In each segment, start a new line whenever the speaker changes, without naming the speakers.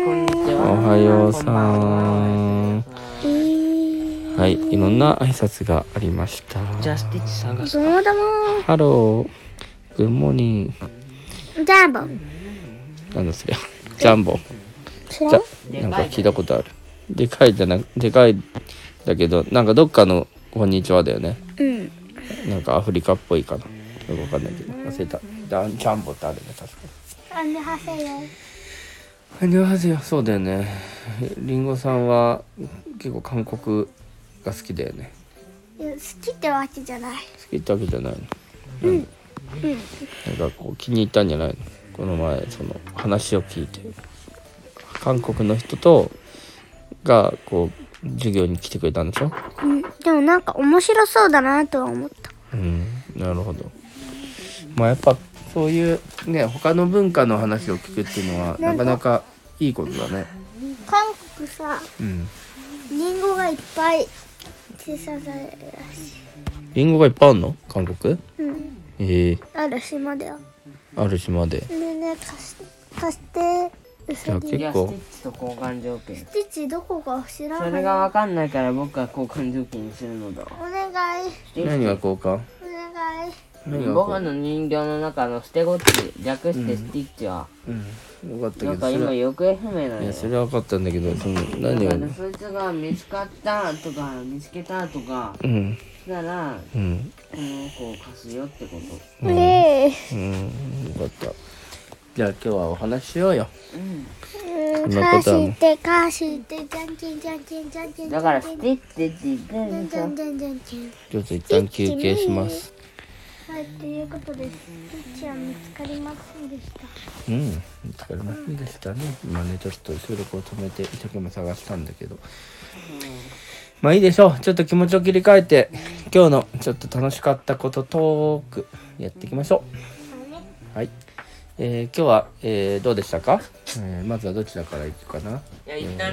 おはようさん
えー、
はいいろんな挨拶がありました
じゃあスティッチ探す
そうだも
ハローグッモーニン
ん。ジャンボ。
グなんだそりゃジャンボ
知らん
ザなんか聞いたことあるでかいじゃなくでかいだけどなんかどっかの「こんにちは」だよね
うん。
なんかアフリカっぽいかなよくわかんないけど忘れたダンジャンボってあるね確かに
あんではせよ。
アンニョンハセヨそうだよねリンゴさんは結構韓国が好きだよね
いや好きってわけじゃない。
好きってわけじゃないのなんかこう気に入ったんじゃないのこの前その話を聞いて韓国の人とがこう授業に来てくれたんでしょ
うん。でもなんか面白そうだなとは思った。
うんなるほどまあやっぱそういうね他の文化の話を聞くっていうのはなかなかいいことだね
韓国さ、
うん
リンゴがいっぱい生産されるらしい。
リンゴがいっぱいあるの韓国
うん。
ええ
ある島だよ。
ある島で
ねえねえ貸して貸して。うさぎ。
じ
ス
いや
結
ステ
構
ィッチと交換条件
ティッチどこか知ら
そ
ん
れがわかんないから僕は交換条件にするのだ
お願い
何が交
お
換
願い。
何が
僕
換
の人形の中のステゴッチ略してスティッチは、
うんよかったけ
な
ど
んか
それ
今
は
行方不明なん
い
よ
やそれは分かったんだけどその
だ
何が
からそいつが見つかったとか見つけたとか
うん
なら
うん
この子を貸すよってこと
ね
うんよかったじゃあ今日はお話ししようよ
うん
え。
ん
うん。
なこ
貸
とはもう
して貸してじゃんけんじゃんけんじゃんけん。
だからスティッチって言って
じゃ
んで
んじ
し
ゃ
ょ
んじゃんじゃんじゃん。
ちょっと一旦休憩します
はい、ということで、スイッチは見つかりませんでした。
うん見つかりませんでしたね今ねちょっと収録を止めて一生懸命探したんだけどまあいいでしょうちょっと気持ちを切り替えて今日のちょっと楽しかったことトークやっていきましょうはいえー今日は、えーどうでしたか、えーまずはどちらからいくかない
や一旦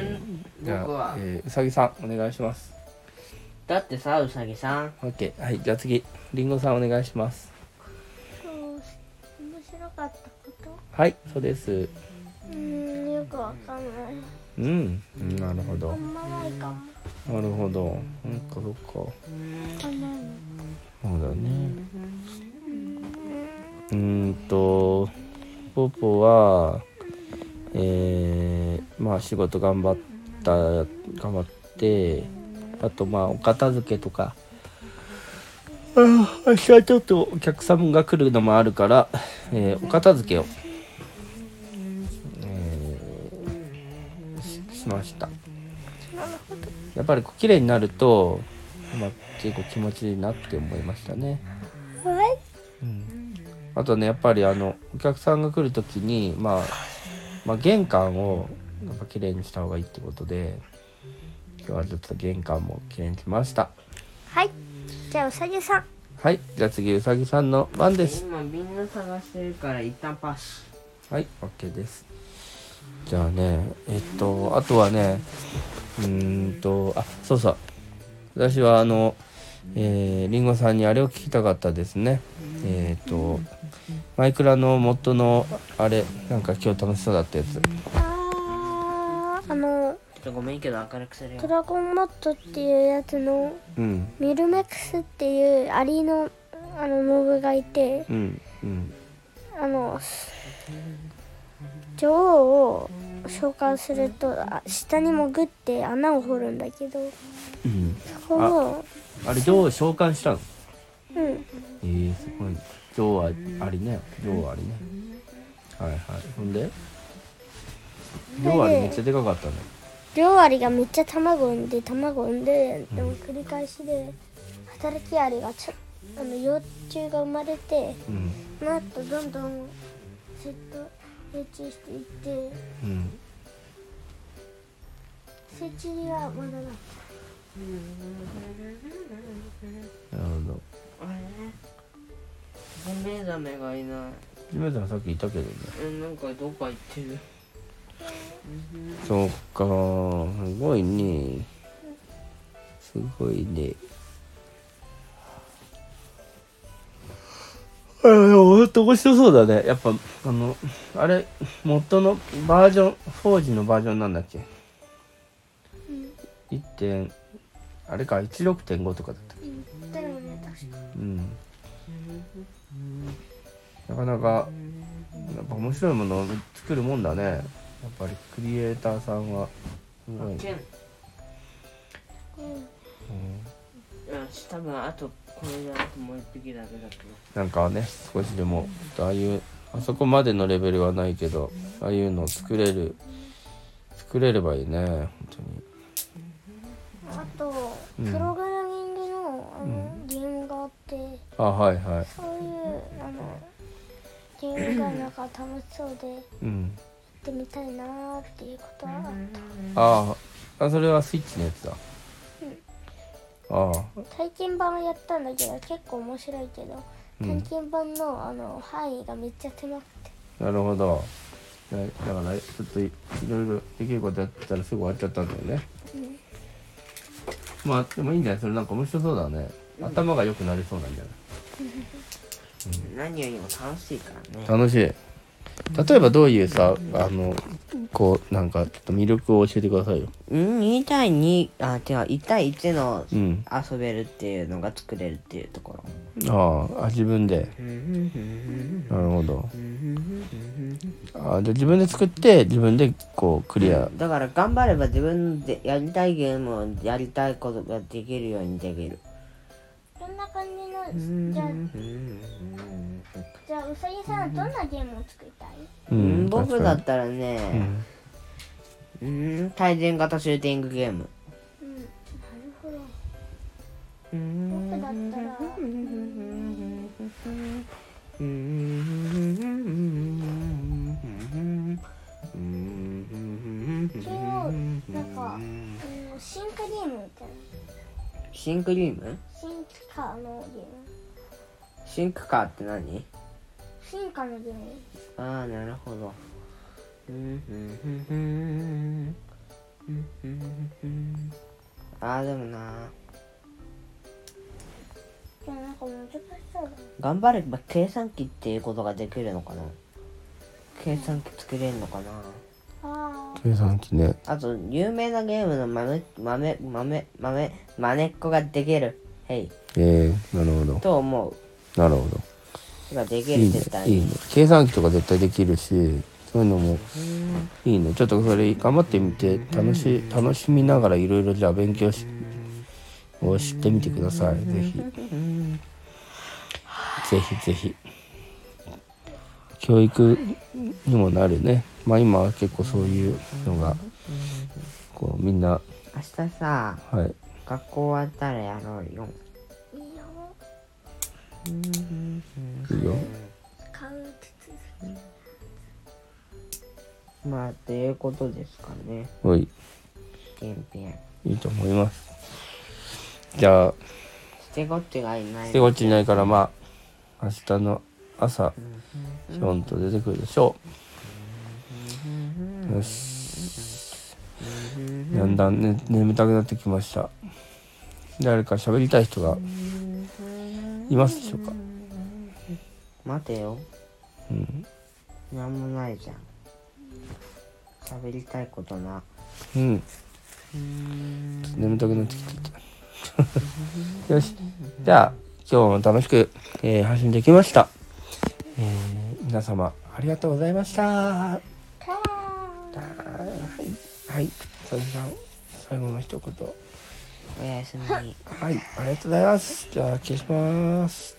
じゃ
僕
あ
は、
えーうさぎさんお願いします
だってさうさぎさん
OK はいじゃあ次りんごさんお願いします
そう、面白かったこ
はいそうです
と。うん、よくわかんない。
うんなるほど
あんまないかも。
なるほどなんかそっか
あんまない
そうだねうーんとポポはえー、まあ仕事頑張った頑張ってあとまあお片付けとかあー明日はちょっとお客様が来るのもあるから、えーお片付けを、えーししましたやっぱりこう綺麗になると、まあ、結構気持ちいいなって思いましたね。
はい。
うんあとねやっぱりあのお客さんが来る時に、まあ、まあ玄関をやっぱ綺麗にした方がいいってことで今日はちょっと玄関も綺麗にしました
はい。じゃあ、うさぎさん。
はいじゃあ次うさぎさんの番です
今みんな探してるから一旦パス
はい OK ですじゃあねえっとあとはねうーんとあそうそう私はあのえー、リンゴさんにあれを聞きたかったですねえっ、とマイクラの元のあれなんか今日楽しそうだったやつ
あー、あの、
ちょっとごめんけど明るくする
ト
よ
ラゴンロットっていうやつの、
うん
ミルメックスっていうアリの、あの、モブがいて、
うんうん
あの女王を召喚するとあ下に潜って穴を掘るんだけど
うん
そこを
あれ女王召喚したの
うん
えー、すごい女王はありね女王ありねはいはいほんで女王ありめっちゃでかかったね
両アリがめっちゃ卵産んで卵産んででも繰り返しで働きアリがちょあの幼虫が生まれて
うん
その後どんどんずっと成長していって
うん
成虫にはまだな
なるほど
あれゾンビザメがいない
今ちゃんさっきいたけどね
うんなんかどっか行ってる
そっかすごいねすごいねあでもっと面白そうだねやっぱあのあれ元のバージョン 4G のバージョンなんだっけ、1点あれか16.5とかだった
だよね確か
うんなかなかやっぱ面白いものを作るもんだねやっぱりクリエイターさんはすごいね
剣よし多分あとこれであともう一匹だけだけど
なんかね少しでもああいうあそこまでのレベルはないけどああいうのを作れる作れればいいね本当に
あと、
ん
プログラミングのあの、ゲームがあって
あはいはい
そういうあのゲームがなんか楽しそうでやっ
うん
てみたいなーっていうことはあった
あああそれはスイッチのやつだああ
体験版をやったんだけど結構面白いけど
うん
体験版のあの範囲がめっちゃ狭くて
なるほどだだからちょっといいろいろできることやってたらすぐ終わっちゃったんだよねまあでもいいんじゃないそれなんか面白そうだね頭が良くなりそうなんじゃない
何よりも楽しいからね
楽しい例えばどういうさあのこうなんかちょっと魅力を教えてくださいよ
うん2対2あ違う1対1の
うん
遊べるっていうのが作れるっていうところ
あああ自分でなるほどあじゃあ自分で作って自分でこうクリア
だから頑張れば自分でやりたいゲームをやりたいことができるようにできる
こんな感じのじゃあじゃあうさぎさんはどんなゲームを作りたい
うん
僕
確
だ
か
ったらね
ん
うん対戦型シューティングゲーム
うんなるほど
うん
僕だったらそれをなんか、うん、進化ゲームみたいな
シンクリーム
進化のゲーム
シンクカーって何
進化のゲーム
ああなるほどああでもな
でもなんか難しそうだね
頑張れば計算機っていうことができるのかな計算機作れるのかな
あ
計算機ね
あと有名なゲームの豆豆豆豆まねっこができるはい
ええなるほど
と思う
なるほど
ができ
い
る
いね
絶対
いい
に
ね計算機とか絶対できるしそういうのもいいねちょっとそれ頑張ってみて楽しい楽しみながらいろいろじゃあ勉強しをしてみてくださいぜひぜひぜひ教育にもなるねまあ今は結構そういうのがこうみんな
明日さ
はい
学校終わったらやろうよ
ーいいよ
いいよ
使うって続
まあっていうことですかね
おい
ピンピン
いいと思いますじゃあ
捨てごっちがいない
手こっちいないからまあ明日の朝ひょんと出てくるでしょうよしだんだん、ね、眠たくなってきました誰か喋りたい人がいますでしょうか
待てよ
うん、
なんもないじゃん喋りたいことな
うん、ちょっと眠たくなってきてた よしじゃあ今日も楽しく、えー、配信できました、えー皆様ありがとうございました
くかー
はい、それじゃあ最後の一言。
おやすみ
はい、ありがとうございます。じゃあ消します。